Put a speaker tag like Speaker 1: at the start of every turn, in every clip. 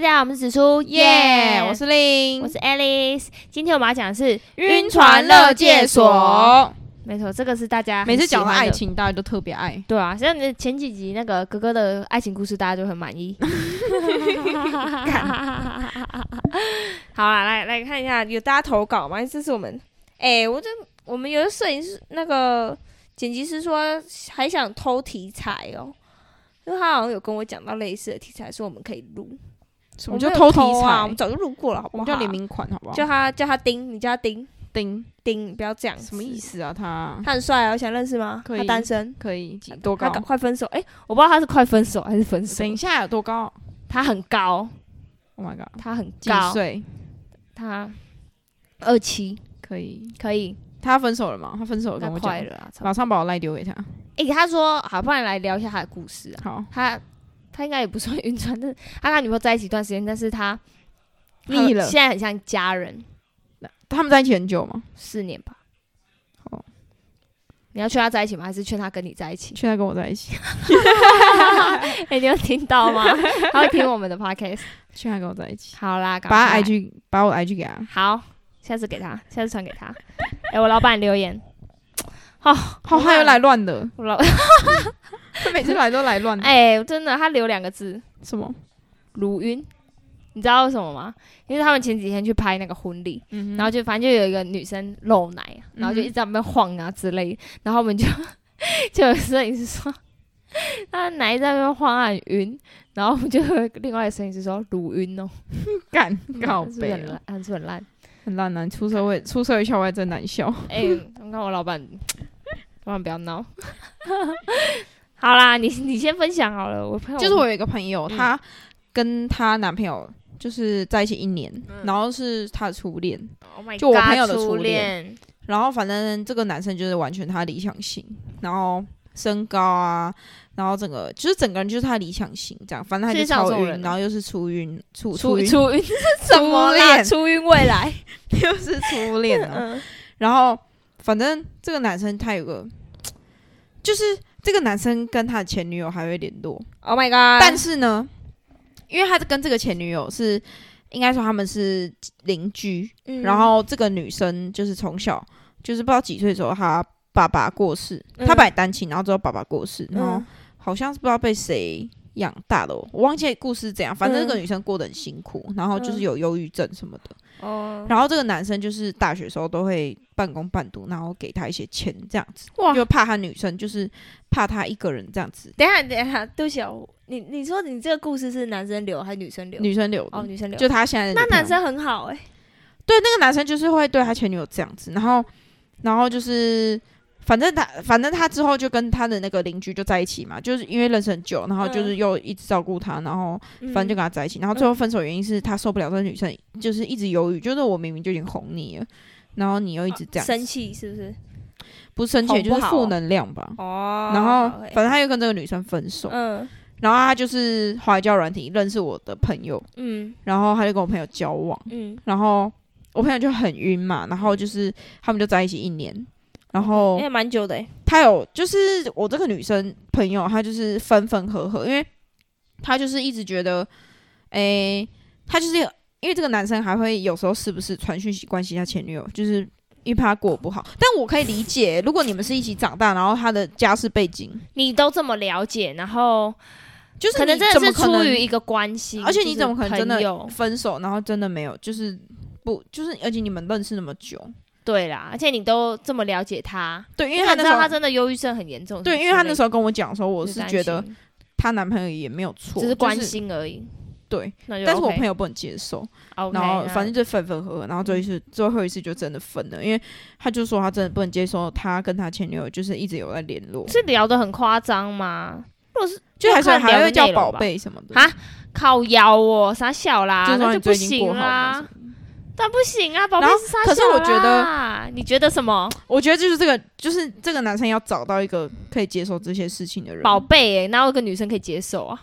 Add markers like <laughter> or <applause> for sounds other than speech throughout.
Speaker 1: 家好，我们是紫苏，
Speaker 2: 耶我是令，
Speaker 1: 我是 Alice。今天我们要讲的是没错，这个是大家很
Speaker 2: 哎每次
Speaker 1: 喜
Speaker 2: 讲到
Speaker 1: 欢的
Speaker 2: 爱，情，大家都特别爱。
Speaker 1: 对啊，像你前几集那个哥哥的爱情故事，大家就很满意。 <laughs> 好啦，来来看一下，有大家投稿吗？这是我们，哎、我这我们有的摄影师那个剪辑师说还想偷题材哦，因为他好像有跟我讲到类似的题材，说我们可以录。
Speaker 2: 什
Speaker 1: 我
Speaker 2: 么叫
Speaker 1: 没有
Speaker 2: 偷题
Speaker 1: 啊？我
Speaker 2: 材
Speaker 1: 们？早就录过了，好
Speaker 2: 我
Speaker 1: 不好？啊
Speaker 2: 们叫联名款，好不好？
Speaker 1: 叫他叫他丁，你叫他丁
Speaker 2: 丁
Speaker 1: 丁，你不要这样，
Speaker 2: 什么意？思啊？他
Speaker 1: 他很帅啊，我想认识吗？
Speaker 2: 可以
Speaker 1: 他单身，
Speaker 2: 可以几多
Speaker 1: 他
Speaker 2: 高
Speaker 1: 赶？快分手。哎、我不知道他是快分手还是分手
Speaker 2: 等。一下有多高
Speaker 1: 他很高，
Speaker 2: ？Oh my god！
Speaker 1: 他很
Speaker 2: 几
Speaker 1: 高，
Speaker 2: 岁？
Speaker 1: 他二七，
Speaker 2: 可以？
Speaker 1: 可以，
Speaker 2: 他分手了吗？他分手了，
Speaker 1: 那
Speaker 2: 跟我讲
Speaker 1: 快。了啊！操
Speaker 2: 马上把我赖丢给他。
Speaker 1: 哎、他说好，不然来聊一下他的故事啊。
Speaker 2: 好，
Speaker 1: 他他应该也不算晕船，但是他跟他女朋友在一起一段时间，但是他
Speaker 2: 腻了
Speaker 1: 他现在很像家人，
Speaker 2: 他们在一起很久吗？
Speaker 1: 四年吧。
Speaker 2: 哦，
Speaker 1: 你要劝他在一起吗？还是劝他跟你在一
Speaker 2: <laughs>
Speaker 1: 起？ <laughs>
Speaker 2: 现在跟我在一起，
Speaker 1: 哎、你有听到吗？他会听我们的 podcast。
Speaker 2: 现在跟我在一起，
Speaker 1: 好啦，赶
Speaker 2: 把他
Speaker 1: 快
Speaker 2: IG 把我 IG 给他。
Speaker 1: 好，下次给他，下次传给他。哎、我老板留言，哦，
Speaker 2: 好，他又来，乱的，
Speaker 1: 我老
Speaker 2: 他每次来都来乱的。
Speaker 1: 哎、真的，他留两个字，
Speaker 2: 什么？
Speaker 1: 卢云。你知道为什么吗？因为他们前几天去拍那个婚礼，
Speaker 2: 嗯
Speaker 1: 然后就反正就有一个女生露奶啊，然后就一直在那边晃啊之类的，然后我们就 <laughs> 就有摄影师说 <laughs> 她的奶在那边晃啊很晕，然后我们就有另外的摄影师说乳晕哦，
Speaker 2: 干哦告
Speaker 1: 是不是
Speaker 2: 白
Speaker 1: 很
Speaker 2: 了，
Speaker 1: 烂，是不是很烂。
Speaker 2: <laughs> 很烂男，出社会出社会校外真难笑。
Speaker 1: 哎、刚刚我老板，老板不要闹。 <laughs> 好啦，你你先分享好了，我嗯朋友
Speaker 2: 就是我有一个朋友，她跟她男朋友就是在一起一年，
Speaker 1: 嗯
Speaker 2: 然后是她的初恋，
Speaker 1: Oh my
Speaker 2: 就我
Speaker 1: God，
Speaker 2: 朋友的
Speaker 1: 初
Speaker 2: 初恋，然后反正这个男生就是完全他理想型，然后身高啊，然后整个就是整个人就是他理想型这样，反正他就
Speaker 1: 世界上有
Speaker 2: 超
Speaker 1: 这种人
Speaker 2: 晕，
Speaker 1: 哦
Speaker 2: 然后又是初晕，初
Speaker 1: 初
Speaker 2: 初晕
Speaker 1: 初晕 <laughs> 是什么
Speaker 2: 初
Speaker 1: 啦？
Speaker 2: 恋
Speaker 1: 初晕未来，
Speaker 2: <laughs> 又是初恋啊，
Speaker 1: <laughs> 嗯，
Speaker 2: 然后反正这个男生他有个，就是这个男生跟他的前女友还会联络，
Speaker 1: Oh my god！
Speaker 2: 但是呢，因为他跟这个前女友是，应该说他们是邻居。
Speaker 1: 嗯
Speaker 2: 然后这个女生就是从小就是不知道几岁的时候，她爸爸过世，
Speaker 1: 嗯
Speaker 2: 她本来单亲，然后之后爸爸过世，然后
Speaker 1: 嗯
Speaker 2: 好像是不知道被谁养大的哦，我忘记故事是怎样。反
Speaker 1: 嗯
Speaker 2: 正这个女生过得很辛苦，然后就是有忧郁症什么的。
Speaker 1: 哦，
Speaker 2: 然后这个男生就是大学的时候都会半工半读，然后给她一些钱这样子，
Speaker 1: 哇
Speaker 2: 就怕她女生就是怕她一个人这样子，
Speaker 1: 等一下等一下，对不起、啊，我你你说你这个故事是男生留还是女生留？
Speaker 2: 女生留的
Speaker 1: 哦，女生留。
Speaker 2: 就她现在的
Speaker 1: 那
Speaker 2: 女朋友
Speaker 1: 男生很好哎、
Speaker 2: 对，那个男生就是会对他前女友这样子，然后，然后就是，反正他，反正他之后就跟他的那个邻居就在一起嘛，就是因为认识很久，然后就是又一直照顾他，然后
Speaker 1: 嗯
Speaker 2: 反正就跟他在一起，然后最后分手原因是他受不了这个女生，就是一直犹豫，就是我明明就已经哄你了，然后你又一直这样子，
Speaker 1: 啊生气是不是？
Speaker 2: 不是生气
Speaker 1: 哄不
Speaker 2: 就是
Speaker 1: 好
Speaker 2: 负
Speaker 1: 哦
Speaker 2: 能量吧。
Speaker 1: 哦
Speaker 2: 然后，
Speaker 1: OK
Speaker 2: 反正他又跟这个女生分手，
Speaker 1: 嗯
Speaker 2: 然后他就是怀交友软体认识我的朋友，
Speaker 1: 嗯
Speaker 2: 然后他就跟我朋友交往。
Speaker 1: 嗯，
Speaker 2: 然后我朋友就很晕嘛，然后就是他们就在一起一年，然后
Speaker 1: 也蛮久的、欸，
Speaker 2: 她有就是我这个女生朋友，她就是分分合合，因为她就是一直觉得，诶、她就是因为这个男生还会有时候时不时传讯息关心他前女友，就是。因为怕她过得不好，但我可以理解，如果你们是一起长大，然后她的家世背景，
Speaker 1: 你都这么了解，然后
Speaker 2: 就是
Speaker 1: 可能
Speaker 2: 你
Speaker 1: 真
Speaker 2: 怎
Speaker 1: 的
Speaker 2: 么
Speaker 1: 是
Speaker 2: 可
Speaker 1: 出于
Speaker 2: 能，
Speaker 1: 一个关心，
Speaker 2: 而且
Speaker 1: 就
Speaker 2: 你
Speaker 1: 是
Speaker 2: 怎么可能真
Speaker 1: 朋友
Speaker 2: 的分手，然后真的没有，就是不就是，而且你们认识那么久，
Speaker 1: 对啦？而且你都这么了解他，
Speaker 2: 对，
Speaker 1: 因
Speaker 2: 因为
Speaker 1: 为
Speaker 2: 她
Speaker 1: 他
Speaker 2: 那
Speaker 1: 知
Speaker 2: 时
Speaker 1: 道
Speaker 2: 候
Speaker 1: 他真的忧郁症很严重，
Speaker 2: 对，因为她那时
Speaker 1: 候
Speaker 2: 候跟我讲的时候，我是觉得她男朋友也没有错，
Speaker 1: 只是
Speaker 2: 就
Speaker 1: 关心而已，
Speaker 2: 对，
Speaker 1: 那就
Speaker 2: 但是我朋
Speaker 1: 友
Speaker 2: 友不能接受，
Speaker 1: OK，嗯
Speaker 2: 然后反正就分分合合，然后最后一次最后一次就真的分了，因为他就说他真的不能接受他跟他前女友就是一直有在联络
Speaker 1: 那，是聊得很夸张吗？
Speaker 2: 就还是
Speaker 1: 看聊
Speaker 2: 还
Speaker 1: 的
Speaker 2: 会叫
Speaker 1: 内容
Speaker 2: 宝
Speaker 1: 吧
Speaker 2: 贝什么的
Speaker 1: 啊靠腰哦，傻小啦，
Speaker 2: 就
Speaker 1: 那
Speaker 2: 说你
Speaker 1: 就不
Speaker 2: 最近
Speaker 1: 行
Speaker 2: 过好吗？
Speaker 1: 啦
Speaker 2: 什，么
Speaker 1: 但不行啊，宝贝
Speaker 2: 然后
Speaker 1: 是傻小啦。
Speaker 2: 可是我觉
Speaker 1: 得，你觉得什么？
Speaker 2: 我觉得就是这个，就是这个男生要找到一个可以接受这些事情的人。
Speaker 1: 宝贝、欸，哪有一个女生可以接受啊？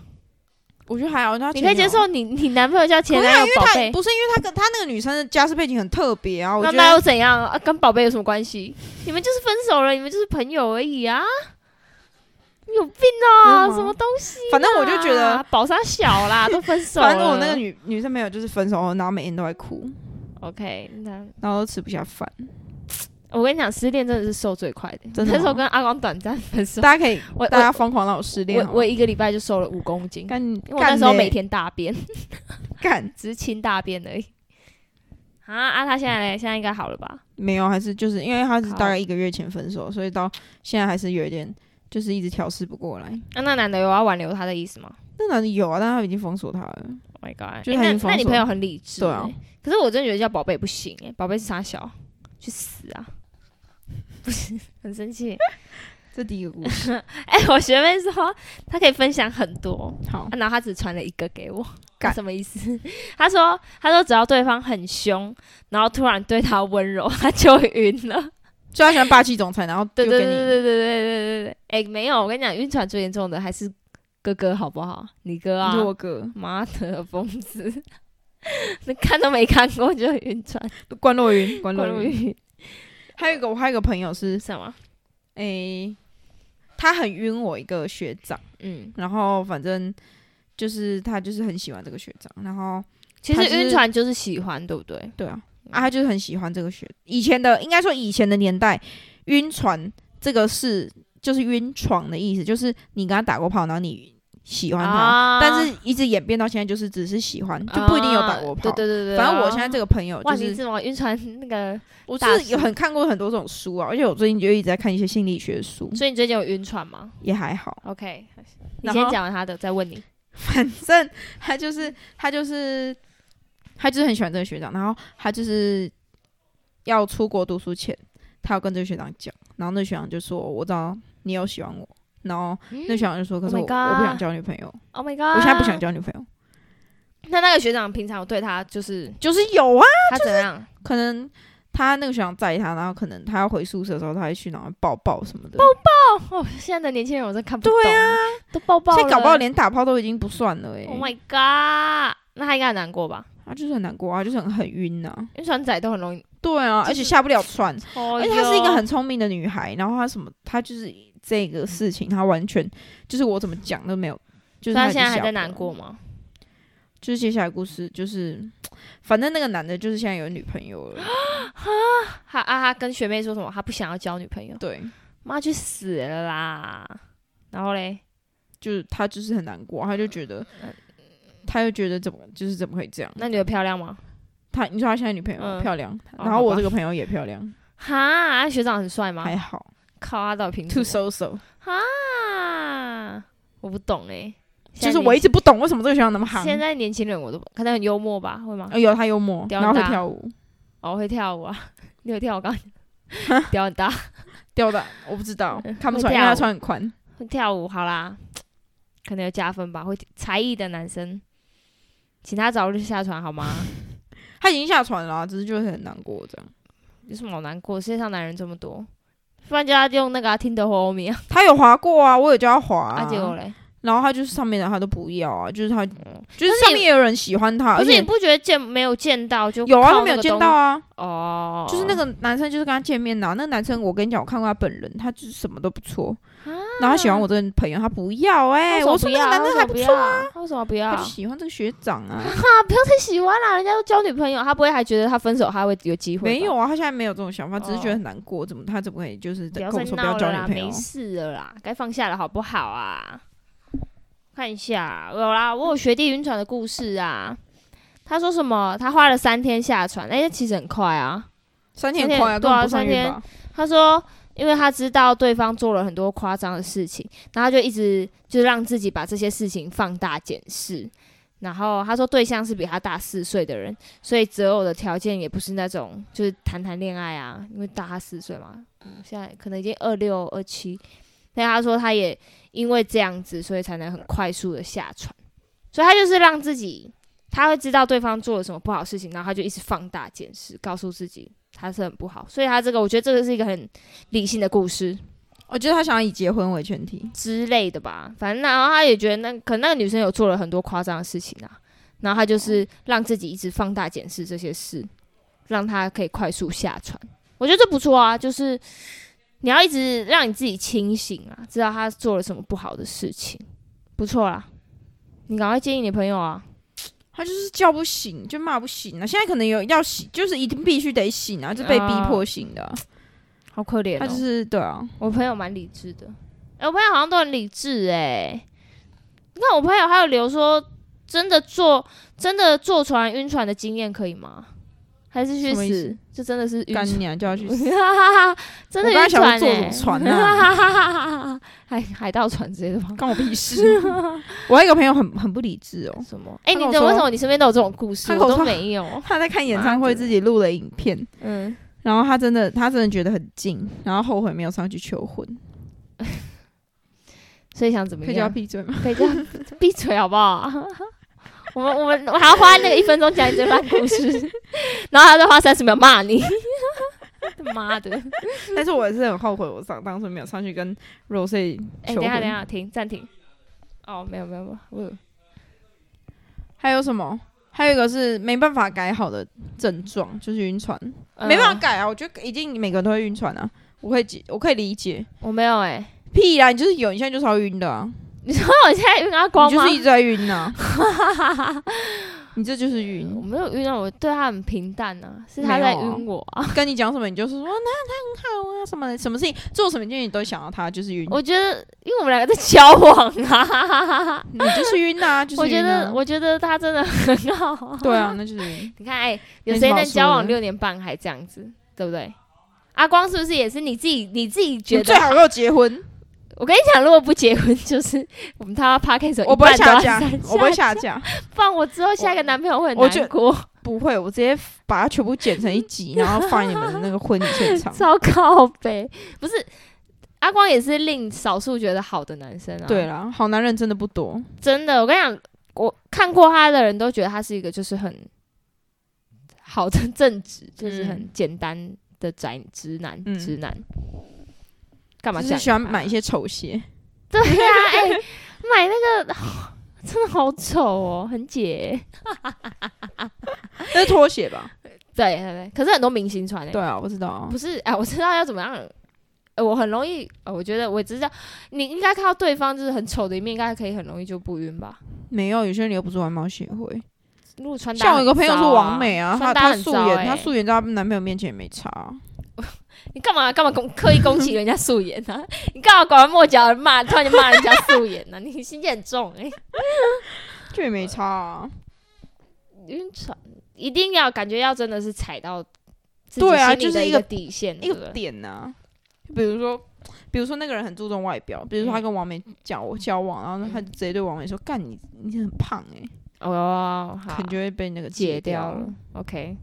Speaker 2: 我觉得还好，他
Speaker 1: 你
Speaker 2: 前
Speaker 1: 可以
Speaker 2: 女友
Speaker 1: 接受你你男朋友叫前男友宝
Speaker 2: 他
Speaker 1: 贝，
Speaker 2: 不是因为他跟他那个女生的家世背景很特别啊，我
Speaker 1: 那
Speaker 2: 觉
Speaker 1: 那
Speaker 2: 得
Speaker 1: 又怎样啊？跟宝贝有什么关系？你们就是分手了，你们就是朋友而已啊。有病哦、
Speaker 2: 没有吗
Speaker 1: 什么东西啊、
Speaker 2: 嗯反正我就觉得
Speaker 1: 宝莎小
Speaker 2: <laughs>
Speaker 1: 啦，都分手了。
Speaker 2: 反正我那个女女生朋友就是分手后，然后每天都在哭，
Speaker 1: OK，那
Speaker 2: 然后都吃不下饭。
Speaker 1: 我跟你讲，失恋真的是瘦最快的。
Speaker 2: 真的吗
Speaker 1: 那时候跟阿光短暂分手，
Speaker 2: 大家可以，
Speaker 1: 我
Speaker 2: 大家疯狂让我失恋
Speaker 1: 我
Speaker 2: 好
Speaker 1: 我
Speaker 2: 吗。
Speaker 1: 我一个礼拜就瘦了五公斤，
Speaker 2: 干，
Speaker 1: 因为我
Speaker 2: 干
Speaker 1: 那时候
Speaker 2: 嘞
Speaker 1: 每天大便， <laughs>
Speaker 2: 干
Speaker 1: 只是清大便而已。啊啊，他现在嘞，现在应该好了吧？
Speaker 2: 没有，还是就是因为他是
Speaker 1: 好
Speaker 2: 大概一个月前分手，所以到现在还是有一点，就是一直调试不过来。
Speaker 1: 啊，那男的有要挽留他的意思吗
Speaker 2: 那男的有啊，但他已经封锁他了。
Speaker 1: ？Oh my god！
Speaker 2: 就是
Speaker 1: 欸
Speaker 2: 他已
Speaker 1: 那
Speaker 2: 经封
Speaker 1: 那你
Speaker 2: 锁
Speaker 1: 朋友很理智、欸，
Speaker 2: 对啊。
Speaker 1: 可是我真的觉得叫宝贝不行、欸，宝贝是傻小，去死啊！ <laughs> 不是，很生气。 <laughs>
Speaker 2: 这第一个故事，
Speaker 1: 哎、我学妹说她可以分享很多，
Speaker 2: 好
Speaker 1: 啊，然后她只传了一个给我，
Speaker 2: 干
Speaker 1: 什么意思？ <laughs> 她说她说只要对方很凶，然后突然对她温柔，她就会晕了。
Speaker 2: 就他喜欢霸气总裁，然后
Speaker 1: 对
Speaker 2: 丢
Speaker 1: 对
Speaker 2: 给
Speaker 1: 对
Speaker 2: 你。
Speaker 1: 对对对对对对。哎、没有，我跟你讲，晕船最严重的还是哥哥，好不好？你哥啊，
Speaker 2: 弱哥
Speaker 1: 妈的疯子， <laughs> 那看都没看过就晕船，
Speaker 2: 关若云，关若
Speaker 1: 关于
Speaker 2: 云。还有一个，我还有一个朋友是，
Speaker 1: 什么？
Speaker 2: 诶、他很晕我一个学长，
Speaker 1: 嗯，
Speaker 2: 然后反正就是他就是很喜欢这个学长，然后
Speaker 1: 其实
Speaker 2: 他就是
Speaker 1: 晕船就是喜欢，对不对？
Speaker 2: 对啊，
Speaker 1: 嗯
Speaker 2: 啊，他就是很喜欢这个学。以前的应该说以前的年代，晕船这个是就是晕床的意思，就是你跟他打过炮，然后你喜欢他，
Speaker 1: 啊
Speaker 2: 但是一直演变到现在就是只是喜欢，就不一定有打过炮。
Speaker 1: 啊对对对对，
Speaker 2: 反正我现
Speaker 1: 啊
Speaker 2: 在这个朋友
Speaker 1: 哇，
Speaker 2: 就
Speaker 1: 你
Speaker 2: 是，
Speaker 1: 怎么晕船那个？
Speaker 2: 我
Speaker 1: 大
Speaker 2: 是
Speaker 1: 师
Speaker 2: 有很看过很多种书啊，而且我最近就一直在看一些心理学的书，
Speaker 1: 所以你最近有晕船吗
Speaker 2: 也还好。
Speaker 1: ？OK，你
Speaker 2: 然
Speaker 1: 先
Speaker 2: 后
Speaker 1: 讲完他的，再问你。
Speaker 2: 反正他就是他就是他就是很喜欢这个学长，然后他就是要出国读书前，他要跟这个学长讲，然后那个学长就说：“我知道你有喜欢我。”然后那个学长就说：“可是我、
Speaker 1: Oh my God
Speaker 2: 我不想交女朋友，
Speaker 1: Oh my god！
Speaker 2: 我现在不想。交女朋友。
Speaker 1: 那那个学长平常有对他就是”
Speaker 2: 就是有啊，
Speaker 1: 他怎样？
Speaker 2: 可能他那个学长载他，然后可能他要回宿舍的时候，他会去然后抱抱什么的，
Speaker 1: 哦，现在的年轻人我真看不懂。对啊，都抱抱了。
Speaker 2: 所以搞不好连打炮都已经不算了哎、
Speaker 1: Oh my god！那他应该很难过吧？
Speaker 2: 他就是很难过啊，就是很很晕呐、啊。
Speaker 1: 晕船仔都很容易。
Speaker 2: 对啊，
Speaker 1: 就是
Speaker 2: 而且下不了船，
Speaker 1: 哦
Speaker 2: 而且她是一个很聪明的女孩，然后她什么，她就是这个事情，她完全就是我怎么讲都没有，就是
Speaker 1: 他
Speaker 2: 已
Speaker 1: 现
Speaker 2: 经
Speaker 1: 在还
Speaker 2: 下
Speaker 1: 在
Speaker 2: 不
Speaker 1: 难
Speaker 2: 了。
Speaker 1: 过吗？
Speaker 2: 就是接下来故事就是，反正那个男的就是现在有女朋友了，
Speaker 1: 他啊，他跟学妹说什么？他不想要交女朋友。
Speaker 2: 对，
Speaker 1: 妈去死了啦！然后嘞，
Speaker 2: 就是他就是很难过，他就觉得，他就觉得怎么就是怎么会这样？
Speaker 1: 嗯那女的漂亮吗？
Speaker 2: 他你说他现在女朋友、
Speaker 1: 嗯
Speaker 2: 漂亮，
Speaker 1: 哦
Speaker 2: 然后
Speaker 1: 好吧
Speaker 2: 我这个朋友也漂亮，
Speaker 1: 哈，啊学长很帅吗？
Speaker 2: 还好
Speaker 1: 靠，他到底凭什
Speaker 2: ，too
Speaker 1: 么？
Speaker 2: so so，
Speaker 1: 啊，我不懂哎、现在
Speaker 2: 就是
Speaker 1: 年
Speaker 2: 我一直不懂为什么这个学校那么好，
Speaker 1: 现在年轻人我都不可能很幽默吧，会吗？
Speaker 2: 哦有他幽默，
Speaker 1: 屌
Speaker 2: 然后会
Speaker 1: 大
Speaker 2: 跳舞，
Speaker 1: 哦，我会跳舞啊， <laughs> 你有跳舞？我刚 <laughs> 刚屌很大，
Speaker 2: 吊的我不知道
Speaker 1: 嗯
Speaker 2: 看不
Speaker 1: 会
Speaker 2: 出来，因
Speaker 1: 跳
Speaker 2: 为
Speaker 1: 舞
Speaker 2: 他穿很宽。
Speaker 1: 会跳舞好啦，可能有加分吧。会才艺的男生，请他早日下船好吗？ <laughs>
Speaker 2: 他已经下船了啊、只是就是很难过这样。
Speaker 1: 有什么好难过？世界上男人这么多，不然就要用那个、啊、听得火米啊。
Speaker 2: 他有滑过啊，我有叫他滑、
Speaker 1: 啊，结果嘞，
Speaker 2: 然后他就是上面的他都不要啊，就是他就是
Speaker 1: 可是
Speaker 2: 上
Speaker 1: 你
Speaker 2: 面也有人喜欢他，
Speaker 1: 可
Speaker 2: 啊而
Speaker 1: 是你
Speaker 2: 且
Speaker 1: 不觉得见没有见到就
Speaker 2: 有啊，
Speaker 1: 靠
Speaker 2: 他没
Speaker 1: 那
Speaker 2: 有
Speaker 1: 个
Speaker 2: 见
Speaker 1: 东
Speaker 2: 到啊，
Speaker 1: 哦，
Speaker 2: 就是那个男生就是跟他见面的啊、那个男生我跟你讲，我看过他本人，他就是什么都不错，然后他喜欢我这个朋友，他不要
Speaker 1: 啊他为
Speaker 2: 哎、
Speaker 1: 什么
Speaker 2: 我说
Speaker 1: 不
Speaker 2: 那个
Speaker 1: 要
Speaker 2: 男生还不错啊，，
Speaker 1: 他为什么不要？
Speaker 2: 他
Speaker 1: 他为什
Speaker 2: 就
Speaker 1: 么不要
Speaker 2: 喜欢这个学长
Speaker 1: <laughs>
Speaker 2: 啊，
Speaker 1: 啊，不要太喜欢啦，人家都交女朋友，他不会还觉得他分手他会有机会吧？
Speaker 2: 没有啊，他现在没有这种想法，
Speaker 1: 哦
Speaker 2: 只是觉得很难过，怎么他怎么可以就是
Speaker 1: 不
Speaker 2: 跟
Speaker 1: 要
Speaker 2: 我
Speaker 1: 再
Speaker 2: 说不
Speaker 1: 闹
Speaker 2: 要交
Speaker 1: 了
Speaker 2: 女
Speaker 1: 啦，
Speaker 2: 朋友
Speaker 1: 没？事了啦，该放下了好不好啊？看一下，有啦，我有学弟晕船的故事啊。他说什么？他花了三天下船，哎、其实很快啊。
Speaker 2: 三天
Speaker 1: 三天
Speaker 2: 很快啊，根
Speaker 1: 对
Speaker 2: 本
Speaker 1: 啊
Speaker 2: 不算
Speaker 1: 三
Speaker 2: 晕
Speaker 1: 天
Speaker 2: 吧？
Speaker 1: 他说，因为他知道对方做了很多夸张的事情，然后他就一直就让自己把这些事情放大检视。然后他说，对象是比他大四岁的人，所以择偶的条件也不是那种就是谈谈恋爱啊，因为大他四岁嘛，嗯，现在可能已经二六二七。但他说，他也因为这样子，所以才能很快速的下船。所以他就是让自己，他会知道对方做了什么不好的事情，然后他就一直放大检视，告诉自己他是很不好。所以他这个，我觉得这个是一个很理性的故事
Speaker 2: 我觉得他想要以结婚为前提，
Speaker 1: 之类的吧。反正然后他也觉得那可能那个女生有做了很多夸张的事情啊，然后他就是让自己一直放大检视这些事，让他可以快速下船。我觉得这不错啊，就是你要一直让你自己清醒啊，知道他做了什么不好的事情。不错啦，你赶快建议你朋友啊。
Speaker 2: 他就是叫不醒，就骂不醒啊。现在可能有要醒，就是一定必须得醒啊，就被逼迫醒的啊、
Speaker 1: 好可怜、哦，
Speaker 2: 他就是对啊，
Speaker 1: 我朋友蛮理智的，哎、我朋友好像都很理智哎、你看我朋友还有留说，真的坐真的坐船晕船的经验可以吗？还是去
Speaker 2: 什么意
Speaker 1: 死
Speaker 2: 思？
Speaker 1: 这真的是晕
Speaker 2: 干
Speaker 1: 船， <laughs>
Speaker 2: 娘就要去死。
Speaker 1: 真的
Speaker 2: 我刚才
Speaker 1: 晕
Speaker 2: 想
Speaker 1: 船
Speaker 2: 说
Speaker 1: 欸、
Speaker 2: 坐什么船
Speaker 1: 啊？ <laughs> 海海盗船之类的吗？
Speaker 2: 关我屁
Speaker 1: <laughs>
Speaker 2: 事！我还有一个朋友很很不理智哦，
Speaker 1: 什么？哎、
Speaker 2: 他
Speaker 1: 你
Speaker 2: 跟我
Speaker 1: 怎么为
Speaker 2: 说
Speaker 1: 什么你身边都有这种故事？
Speaker 2: 他跟
Speaker 1: 我
Speaker 2: 我
Speaker 1: 都
Speaker 2: 说
Speaker 1: 没
Speaker 2: <laughs>
Speaker 1: 有。
Speaker 2: 他在看演唱
Speaker 1: 妈的
Speaker 2: 会自己录了影片，
Speaker 1: 嗯，
Speaker 2: 然后他真的他真的觉得很近，然后后悔没有上去求婚，
Speaker 1: 所以想怎么
Speaker 2: 可以叫他
Speaker 1: 样？ <laughs>
Speaker 2: 闭嘴吗？
Speaker 1: 可以叫他闭嘴好不好？ <laughs> 我们我们我还要花那个一分钟讲你这段故
Speaker 2: <laughs>
Speaker 1: 事，然后还要再花三十秒骂你。妈的！
Speaker 2: 但是我也是很后悔，我当当初没有上去跟 Rose
Speaker 1: 哎、
Speaker 2: 求
Speaker 1: 等一
Speaker 2: 婚。
Speaker 1: 下等一下，停暂停。哦，没有没有没有，我有
Speaker 2: 还有什么？还有一个是没办法改好的症状，就是晕船，
Speaker 1: 呃
Speaker 2: 没
Speaker 1: 嗯
Speaker 2: 办法、改啊。我觉得一定每个人都会晕船啊，我可以解，我可以理解。
Speaker 1: 嗯我没有哎、
Speaker 2: 屁啦，你就是有，你现在就是要晕的啊，
Speaker 1: 你说我现在晕阿光
Speaker 2: 你就
Speaker 1: 吗？
Speaker 2: 是一直在晕
Speaker 1: <laughs>
Speaker 2: 呐、你这就是晕
Speaker 1: 我。 <laughs> 没有晕啊，我对他很平淡啊，是他在
Speaker 2: 没有啊
Speaker 1: 晕我啊。
Speaker 2: 跟你讲什么，你就是说那他很好啊，什么什么事情，做什么事情你都想到他，就是晕，
Speaker 1: 我觉得，因为我们两个在交往啊，
Speaker 2: 你就是晕啊，就是
Speaker 1: 我觉
Speaker 2: 晕啊
Speaker 1: 得，我觉得他真的很好啊。
Speaker 2: 对啊，那就
Speaker 1: <laughs>
Speaker 2: 是晕。
Speaker 1: 你看，哎、有
Speaker 2: 没
Speaker 1: 谁
Speaker 2: 什么
Speaker 1: 能
Speaker 2: 好说
Speaker 1: 交往
Speaker 2: 的
Speaker 1: 六年半还这样子，对不对？阿光是不是也是你自己你自己觉
Speaker 2: 你
Speaker 1: 得
Speaker 2: 最？好给我结婚，
Speaker 1: 我跟你讲，如果不结婚，就是我们他 p a r k e
Speaker 2: 我不会下架，我
Speaker 1: 我
Speaker 2: 不会下架，
Speaker 1: 不然我之后下一个男朋友会
Speaker 2: 我
Speaker 1: 很
Speaker 2: 就
Speaker 1: 难过，
Speaker 2: 不会，我直接把它全部剪成
Speaker 1: <laughs>
Speaker 2: 一集，然后放你们的那个婚礼现场。
Speaker 1: 超靠北。不是，阿光也是令少数觉得好的男生啊。
Speaker 2: 对啦，好男人真的不多，
Speaker 1: 真的，我跟你讲，我看过他的人都觉得他是一个就是很好的正直，就是很简单的宅直男，
Speaker 2: 嗯
Speaker 1: 直男。干嘛啊
Speaker 2: 就
Speaker 1: 这样？
Speaker 2: 是喜欢买一些丑鞋，
Speaker 1: 对呀、哎、买那个真的好丑哦，很解。
Speaker 2: <laughs> 那是拖鞋吧？
Speaker 1: 对对对，可是很多明星穿诶、欸
Speaker 2: 对啊，我知道啊
Speaker 1: 不。是哎，我知道要怎么样。呃我很容易，呃我觉得我只知道你应该看到对方就是很丑的一面，应该可以很容易就不晕吧。
Speaker 2: 没有，有些人又不是外貌协会。
Speaker 1: 如果穿搭
Speaker 2: 像我有个
Speaker 1: 很
Speaker 2: 朋友是
Speaker 1: 糟
Speaker 2: 王美啊，
Speaker 1: 穿
Speaker 2: 她
Speaker 1: 搭
Speaker 2: 她
Speaker 1: 很
Speaker 2: 素
Speaker 1: 糟
Speaker 2: 颜，
Speaker 1: 欸
Speaker 2: 她素颜在她男朋友面前也没差啊。
Speaker 1: 你干嘛干嘛攻刻意攻击人家素颜呢、啊？ <laughs> 你干嘛拐弯抹角骂，突然就骂人家素颜呢、啊？ <laughs> 你心机很重哎、
Speaker 2: 就也没差啊。
Speaker 1: 晕船一定要感觉要真的是踩到自己
Speaker 2: 对啊
Speaker 1: 心里
Speaker 2: 就
Speaker 1: 的
Speaker 2: 是
Speaker 1: 一
Speaker 2: 一
Speaker 1: 个
Speaker 2: 个
Speaker 1: 底线，
Speaker 2: 一
Speaker 1: 对不
Speaker 2: 个
Speaker 1: 对
Speaker 2: 点呐、比如说，比如说那个人很注重外
Speaker 1: 嗯
Speaker 2: 表，比如说他跟王美讲我交往，然后他就直接对王美说：“干你，你很胖哎、
Speaker 1: 哦，好
Speaker 2: 可能就会被那个
Speaker 1: 解
Speaker 2: 掉
Speaker 1: 掉了。。OK，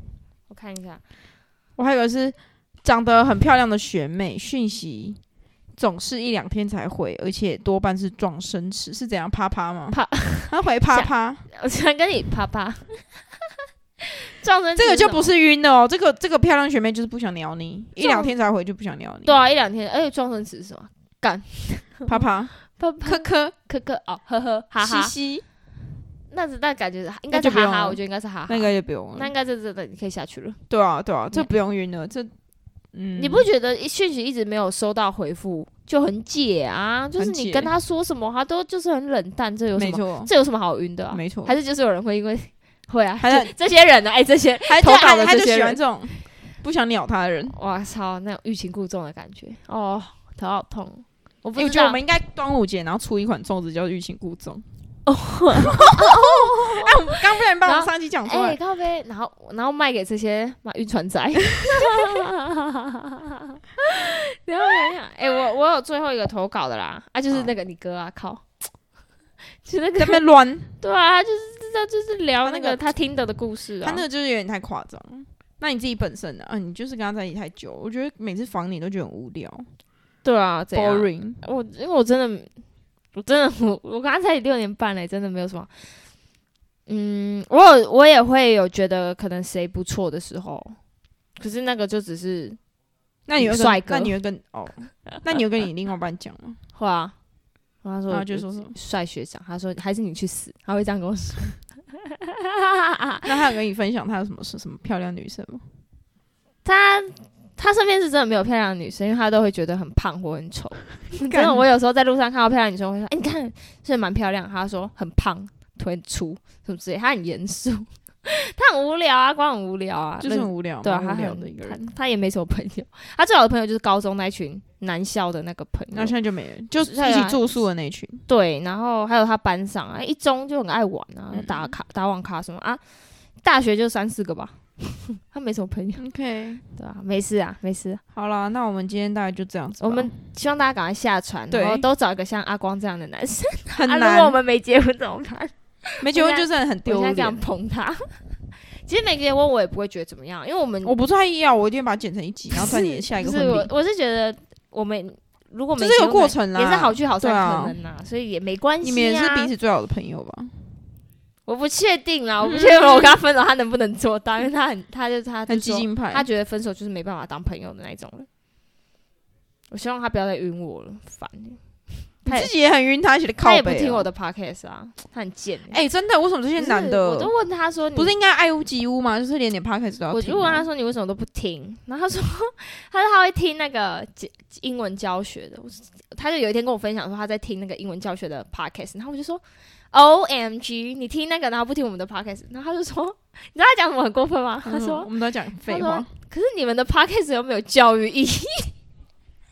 Speaker 1: 我看一下， <laughs>
Speaker 2: 我还有一个是长得很漂亮的学妹，讯息总是一两天才回，而且多半是撞生词，是怎样啪啪吗？
Speaker 1: 啪，
Speaker 2: 他回啪啪，
Speaker 1: 我想跟你啪啪， <laughs> 撞生
Speaker 2: 这个就不
Speaker 1: 是
Speaker 2: 是晕的哦。这个这个漂亮学妹就是不想鸟你，一
Speaker 1: 撞
Speaker 2: 两天才回就不想鸟你。
Speaker 1: 对啊，一两天，哎、撞生词是什么？
Speaker 2: 啪啪，
Speaker 1: 啪啪
Speaker 2: <laughs> 科科，
Speaker 1: 可可哦，呵呵哈哈，
Speaker 2: 嘻嘻，
Speaker 1: 那是那感觉是应该
Speaker 2: 那
Speaker 1: 是
Speaker 2: 就不
Speaker 1: 哈
Speaker 2: 用
Speaker 1: 哈，
Speaker 2: 了
Speaker 1: 我觉得应该是哈哈，
Speaker 2: 那个就不用
Speaker 1: 那
Speaker 2: 了
Speaker 1: 应。该是真的，你可以下去了。
Speaker 2: 对啊，对啊，这不用晕了，这嗯，
Speaker 1: 你不觉得讯息一直没有收到回复就很解啊？就是
Speaker 2: 很解
Speaker 1: 你跟他说什么，他都就是很冷淡，这有什
Speaker 2: 没
Speaker 1: 么？
Speaker 2: 错，
Speaker 1: 这有什么好晕的啊？
Speaker 2: 没错，
Speaker 1: 还是就是有人会因为会啊，
Speaker 2: 还
Speaker 1: 这这些人呢、啊？哎、这些
Speaker 2: 还
Speaker 1: 投稿的
Speaker 2: 他就
Speaker 1: 这些
Speaker 2: 喜欢
Speaker 1: 人
Speaker 2: 这种不想鸟他的人。
Speaker 1: 哇操，那种欲擒故纵的感觉哦，头好痛。我不
Speaker 2: 哎因为我
Speaker 1: 知
Speaker 2: 觉得
Speaker 1: 道
Speaker 2: 我，们应该端午节，然后出一款粽子叫欲擒故纵。 <laughs> 哦，哎，我们刚不然把我
Speaker 1: 然
Speaker 2: 们
Speaker 1: 后
Speaker 2: 上期讲出
Speaker 1: 哎、
Speaker 2: 来，
Speaker 1: 靠背，然后然后卖给这些妈晕船
Speaker 2: <laughs>
Speaker 1: 仔。然后想想，哎、我我有最后一个投稿的啦，啊，就是那个你哥啊，靠， <laughs> 就那个
Speaker 2: 在那
Speaker 1: <laughs>
Speaker 2: 边乱，
Speaker 1: 对啊，他就是这就是聊
Speaker 2: 他
Speaker 1: 那
Speaker 2: 那
Speaker 1: 个
Speaker 2: 个
Speaker 1: 他听得的故事啊。
Speaker 2: 他那个就是有点太夸张。那你自己本身呢？啊，你就是跟他在一起太久，我觉得每次防你都觉得很无聊
Speaker 1: 对啊，怎样？
Speaker 2: ，boring。
Speaker 1: 我因为我真的，我真的我我刚才六年半嘞，真的没有什么。嗯，我有我也会有觉得可能谁不错的时候，可是那个就只是
Speaker 2: 那你会跟
Speaker 1: 帅哥
Speaker 2: 那你会跟
Speaker 1: <laughs>
Speaker 2: 哦，那你会跟你另外一半讲吗？
Speaker 1: 话、啊。然后他说
Speaker 2: 然
Speaker 1: 我
Speaker 2: 啊后就说什么？
Speaker 1: 帅学长，他说还是你去死，他会这样跟我说。 <laughs>
Speaker 2: 那他有跟你分享他有什么是什么漂亮女生吗？
Speaker 1: 他他身边是真的没有漂亮的女生，因为他都会觉得很胖或很
Speaker 2: <laughs>
Speaker 1: 丑。真的，我有时候在路上看到漂亮的女生，我会说：“哎、你看，是蛮漂亮。”他说很胖，腿很粗，什么之类。他很严肃， <laughs> 他很无聊啊，光很无聊啊，
Speaker 2: 就是
Speaker 1: 认
Speaker 2: 很无聊，
Speaker 1: 对啊，
Speaker 2: 蛮
Speaker 1: 他
Speaker 2: 无聊
Speaker 1: 很
Speaker 2: 的一个
Speaker 1: 他
Speaker 2: 人。
Speaker 1: 他也没什么朋友，他最好的朋友就是高中那一群男校的那个朋
Speaker 2: 那
Speaker 1: 友
Speaker 2: 现，在就没人，就
Speaker 1: 对啊
Speaker 2: 一起住宿的那一群，
Speaker 1: 对，然后还有他班上啊，一中就很爱玩啊，
Speaker 2: 嗯
Speaker 1: 打卡打网咖什么啊，大学就三四个吧， <laughs> 他没什么朋友，
Speaker 2: OK，
Speaker 1: 对啊，没事啊，没事啊，
Speaker 2: 好啦，那我们今天大概就这样子吧。
Speaker 1: 我们希望大家赶快下船，
Speaker 2: 对
Speaker 1: 然后都找一个像阿光这样的男生，
Speaker 2: 很
Speaker 1: 啊，如果我
Speaker 2: 难，
Speaker 1: 们没结婚怎么办？
Speaker 2: 没结婚就是很
Speaker 1: 我
Speaker 2: 丢
Speaker 1: 现在这样
Speaker 2: 脸。
Speaker 1: 捧他， <laughs> 其实没结婚我也不会觉得怎么样，因为我们
Speaker 2: 我不在意啊，我一定把它剪成一
Speaker 1: <laughs>
Speaker 2: 集，然后在你的下一个
Speaker 1: 不
Speaker 2: 婚
Speaker 1: 是我
Speaker 2: 礼。，
Speaker 1: 我是觉得我们如果没
Speaker 2: 这是有
Speaker 1: 结婚
Speaker 2: 过程啦
Speaker 1: 也是好聚好散
Speaker 2: 对啊
Speaker 1: 可能呐、所以也没关系、啊。
Speaker 2: 你们也是彼此最嗯好的朋友吧？
Speaker 1: 我不确定啊啦，我不确定我跟他分手他能不能做到，因为他很， <laughs> 他就是他就
Speaker 2: 很
Speaker 1: 是
Speaker 2: 激
Speaker 1: 说
Speaker 2: 进派
Speaker 1: 他，觉得分手就是没办法当朋友的那一种人。我希望他不要再晕我了，烦欸。
Speaker 2: 你
Speaker 1: 他也
Speaker 2: 自己也很晕他，写的
Speaker 1: 他
Speaker 2: 靠背、哦
Speaker 1: 也不听我。的 podcast 啊，他很贱欸。
Speaker 2: 哎、真的，为什么这些
Speaker 1: 不是
Speaker 2: 男
Speaker 1: 我
Speaker 2: 的
Speaker 1: 都问他说你，
Speaker 2: 不是应该爱屋及乌吗？就是连点 podcast 都要
Speaker 1: 嗯我
Speaker 2: 听
Speaker 1: 就
Speaker 2: 吗。
Speaker 1: 问他说你为什么都不听？然后他说他说他会听那个解英文教学的。我说他就有一天跟我分享说他在听那个英文教学的 podcast，然后我就说 O M G，你听那个然后不听我们的 podcast，然后他就说 <laughs> 你知道他讲什么很过分吗？他
Speaker 2: 嗯
Speaker 1: 说
Speaker 2: 我们都在讲
Speaker 1: 他
Speaker 2: 废
Speaker 1: 说
Speaker 2: 话，
Speaker 1: 可是你们的 podcast 有没有教育意义？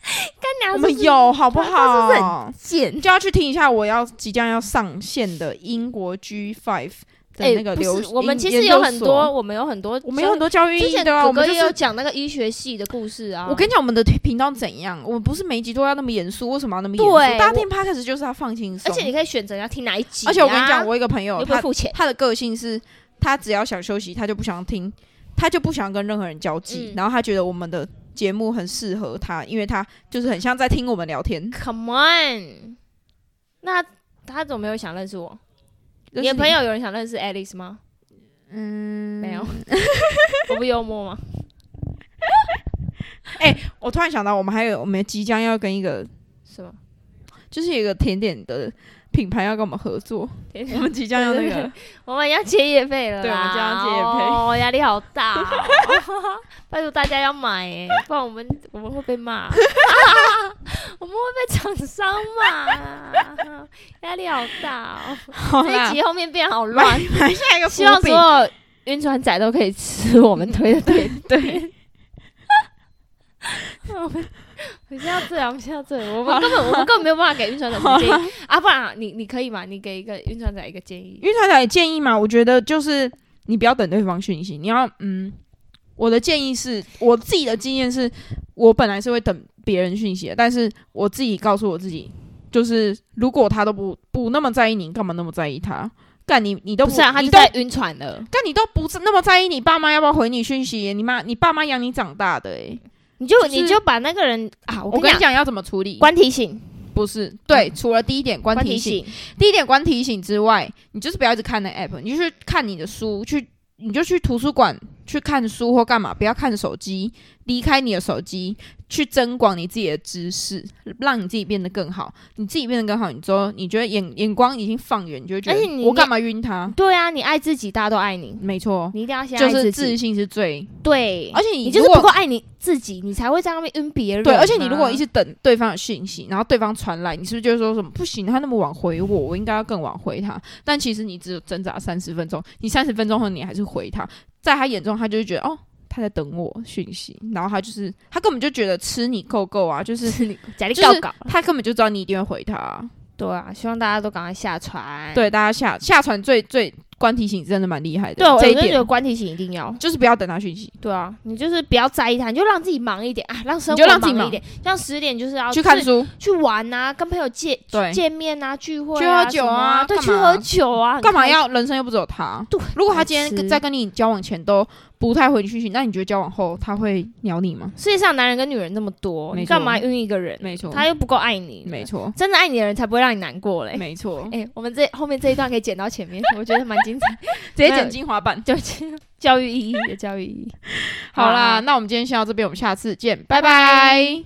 Speaker 1: 干娘
Speaker 2: 我
Speaker 1: 是不是
Speaker 2: 们有好不
Speaker 1: 他是不是
Speaker 2: 好？
Speaker 1: 贱
Speaker 2: 你。就要去听一下我要即将要上线的英国 G Five 的那个
Speaker 1: 哎不
Speaker 2: 流、
Speaker 1: 是，我们
Speaker 2: 英
Speaker 1: 其实
Speaker 2: 研究
Speaker 1: 有很
Speaker 2: 所
Speaker 1: 多，，我们有很多，
Speaker 2: 我们有很。多教育
Speaker 1: 之
Speaker 2: 意义
Speaker 1: 前
Speaker 2: 的啊，
Speaker 1: 哥
Speaker 2: 我
Speaker 1: 哥
Speaker 2: 们就
Speaker 1: 也有
Speaker 2: 是。
Speaker 1: 讲那个医学系的故事啊。
Speaker 2: 我跟你讲，我们的频道怎样？我们不是每一集都要那么严肃，为什么要那么严肃？
Speaker 1: 对
Speaker 2: 大家听 podcast 就是要放轻松。
Speaker 1: 而且你可以选择要听哪一集、
Speaker 2: 而且我跟你讲，，我有一个朋友，
Speaker 1: 又不会
Speaker 2: 他
Speaker 1: 付钱。
Speaker 2: 他的个性是，他只要想休息，他就不想听，他就不想跟任何人交际。
Speaker 1: 嗯
Speaker 2: 然后他觉得我们的节目很适合他，因为他就是很像在听我们聊天。
Speaker 1: Come on，那他怎么没有想认识我？
Speaker 2: 就是
Speaker 1: 你的朋友有人想认识 Alice 吗？嗯，
Speaker 2: <laughs>
Speaker 1: 没有。我不幽默吗？
Speaker 2: 我突然想到，我们还有我们即将要跟一个，
Speaker 1: 是吗？
Speaker 2: 就是有一个甜点的品牌要跟我们
Speaker 1: <laughs>
Speaker 2: 合作，
Speaker 1: 天
Speaker 2: 我们即将要那
Speaker 1: 对对 <laughs>
Speaker 2: 个
Speaker 1: 对，我们要接业费了啦，
Speaker 2: 对我们就要接业配
Speaker 1: 哦，压力好大、<laughs>
Speaker 2: <laughs>
Speaker 1: 哦，拜托大家要买耶，不然我们我们会被骂，
Speaker 2: <laughs>
Speaker 1: <laughs> 我们会被厂商骂， <laughs> 压力好大哦。
Speaker 2: 好
Speaker 1: 这一
Speaker 2: 啦，
Speaker 1: 集后面变好乱，
Speaker 2: 埋下一个
Speaker 1: 希望
Speaker 2: 伏
Speaker 1: 所
Speaker 2: 笔。
Speaker 1: 有晕船仔都可以吃我们 <laughs> 推的点。
Speaker 2: 对，
Speaker 1: 我们我们先到这里，我们先到这里，我们根本我们根本没有办法给晕船仔什么建议啊！不然啊你你可以吗？你给一个晕船仔一个建议。
Speaker 2: 晕船仔建议嘛，我觉得就是你不要等对方讯息，你要嗯，我的建议是我自己的经验是，我本来是会等别人讯息的，但是我自己告诉我自己，就是如果他都不不那么在意你，你干嘛那么在意他？干你你都
Speaker 1: 不是啊，他
Speaker 2: 你
Speaker 1: 就
Speaker 2: 都
Speaker 1: 在晕船了。
Speaker 2: 干你都不是那么在意你爸妈要不要回你讯息，你妈你爸妈养你长大的诶、
Speaker 1: 你就
Speaker 2: 就是
Speaker 1: 你就把那个人啊，我
Speaker 2: 我
Speaker 1: 跟
Speaker 2: 跟
Speaker 1: 你
Speaker 2: 你
Speaker 1: 讲，
Speaker 2: 讲要怎么处理，
Speaker 1: 关提醒，
Speaker 2: 不是对，除了第一点关
Speaker 1: 关
Speaker 2: 提醒，
Speaker 1: 醒，
Speaker 2: 第一点，关提醒之外，你就是不要一直看那 app，你就去看你的书，去你就去图书馆去看书或干嘛，不要看手机，离开你的手机，去增广你自己的知识，让你自己变得更好。你自己变得更好，你之后你觉得眼眼光已经放远，你就会觉
Speaker 1: 而且
Speaker 2: 得
Speaker 1: 你
Speaker 2: 我干嘛晕他？
Speaker 1: 对啊，你爱自己，大家都爱你，
Speaker 2: 没错，
Speaker 1: 你一定要先
Speaker 2: 就
Speaker 1: 爱
Speaker 2: 是
Speaker 1: 自
Speaker 2: 自
Speaker 1: 己。
Speaker 2: 信是最，
Speaker 1: 对，
Speaker 2: 而且
Speaker 1: 你
Speaker 2: 你
Speaker 1: 就是
Speaker 2: 如果
Speaker 1: 不够爱你自己，你才会在那边晕别人啊。
Speaker 2: 对，而且你如果一直等对方的讯息，然后对方传来，你是不是就会说什么不行？他那么晚回我，我应该要更晚回他。但其实你只有挣扎三十分钟，你三十分钟后你还是回他，在他眼中他就会觉得哦他在等我讯息，然后他就是他根本就觉得吃你够够啊，就是
Speaker 1: 是你假力
Speaker 2: 就
Speaker 1: 告
Speaker 2: 是
Speaker 1: 搞，
Speaker 2: 他根本就知道你一定会回他啊、
Speaker 1: 对啊，希望大家都赶快下船。
Speaker 2: 对，大家下下船最最关提醒真的蛮厉害的，
Speaker 1: 对，我
Speaker 2: 这一
Speaker 1: 真的觉得
Speaker 2: 点
Speaker 1: 关提醒一定要。
Speaker 2: 就是不要等他讯息，
Speaker 1: 对啊，你就是不要在意他，你就让自己忙一点啊，让生
Speaker 2: 你就让
Speaker 1: 活
Speaker 2: 自己
Speaker 1: 忙一
Speaker 2: 忙
Speaker 1: 点。像十点哦就是要
Speaker 2: 去看
Speaker 1: 是
Speaker 2: 书，
Speaker 1: 去玩啊，跟朋友见
Speaker 2: 对
Speaker 1: 见面啊，聚会
Speaker 2: 去
Speaker 1: 啊
Speaker 2: 喝酒
Speaker 1: 什么
Speaker 2: 啊
Speaker 1: 啊，对，
Speaker 2: 干
Speaker 1: 去
Speaker 2: 嘛
Speaker 1: 喝酒啊，
Speaker 2: 干嘛
Speaker 1: 很开
Speaker 2: 要人生又不只有他？
Speaker 1: 对
Speaker 2: 如果他今
Speaker 1: 白
Speaker 2: 天
Speaker 1: 痴
Speaker 2: 在跟你交往前都不太回你讯息，那你觉得交往后他会鸟你吗？
Speaker 1: 世界上男人跟女人那么多，
Speaker 2: 没
Speaker 1: 你
Speaker 2: 错
Speaker 1: 干嘛晕一个人？
Speaker 2: 没错
Speaker 1: 他又不够爱你。
Speaker 2: 没，错，
Speaker 1: 真的爱你的人才不会让你难过嘞。
Speaker 2: 没错，
Speaker 1: 哎、我们这后面这一段可以剪到前面，我觉得蛮精彩，
Speaker 2: <laughs> 直
Speaker 1: 没
Speaker 2: 接
Speaker 1: 有
Speaker 2: 剪精华版。
Speaker 1: 就教育意义的教育意义。
Speaker 2: <laughs> 好啦，
Speaker 1: 好
Speaker 2: 那我们今天先到这边，我们下次见，拜拜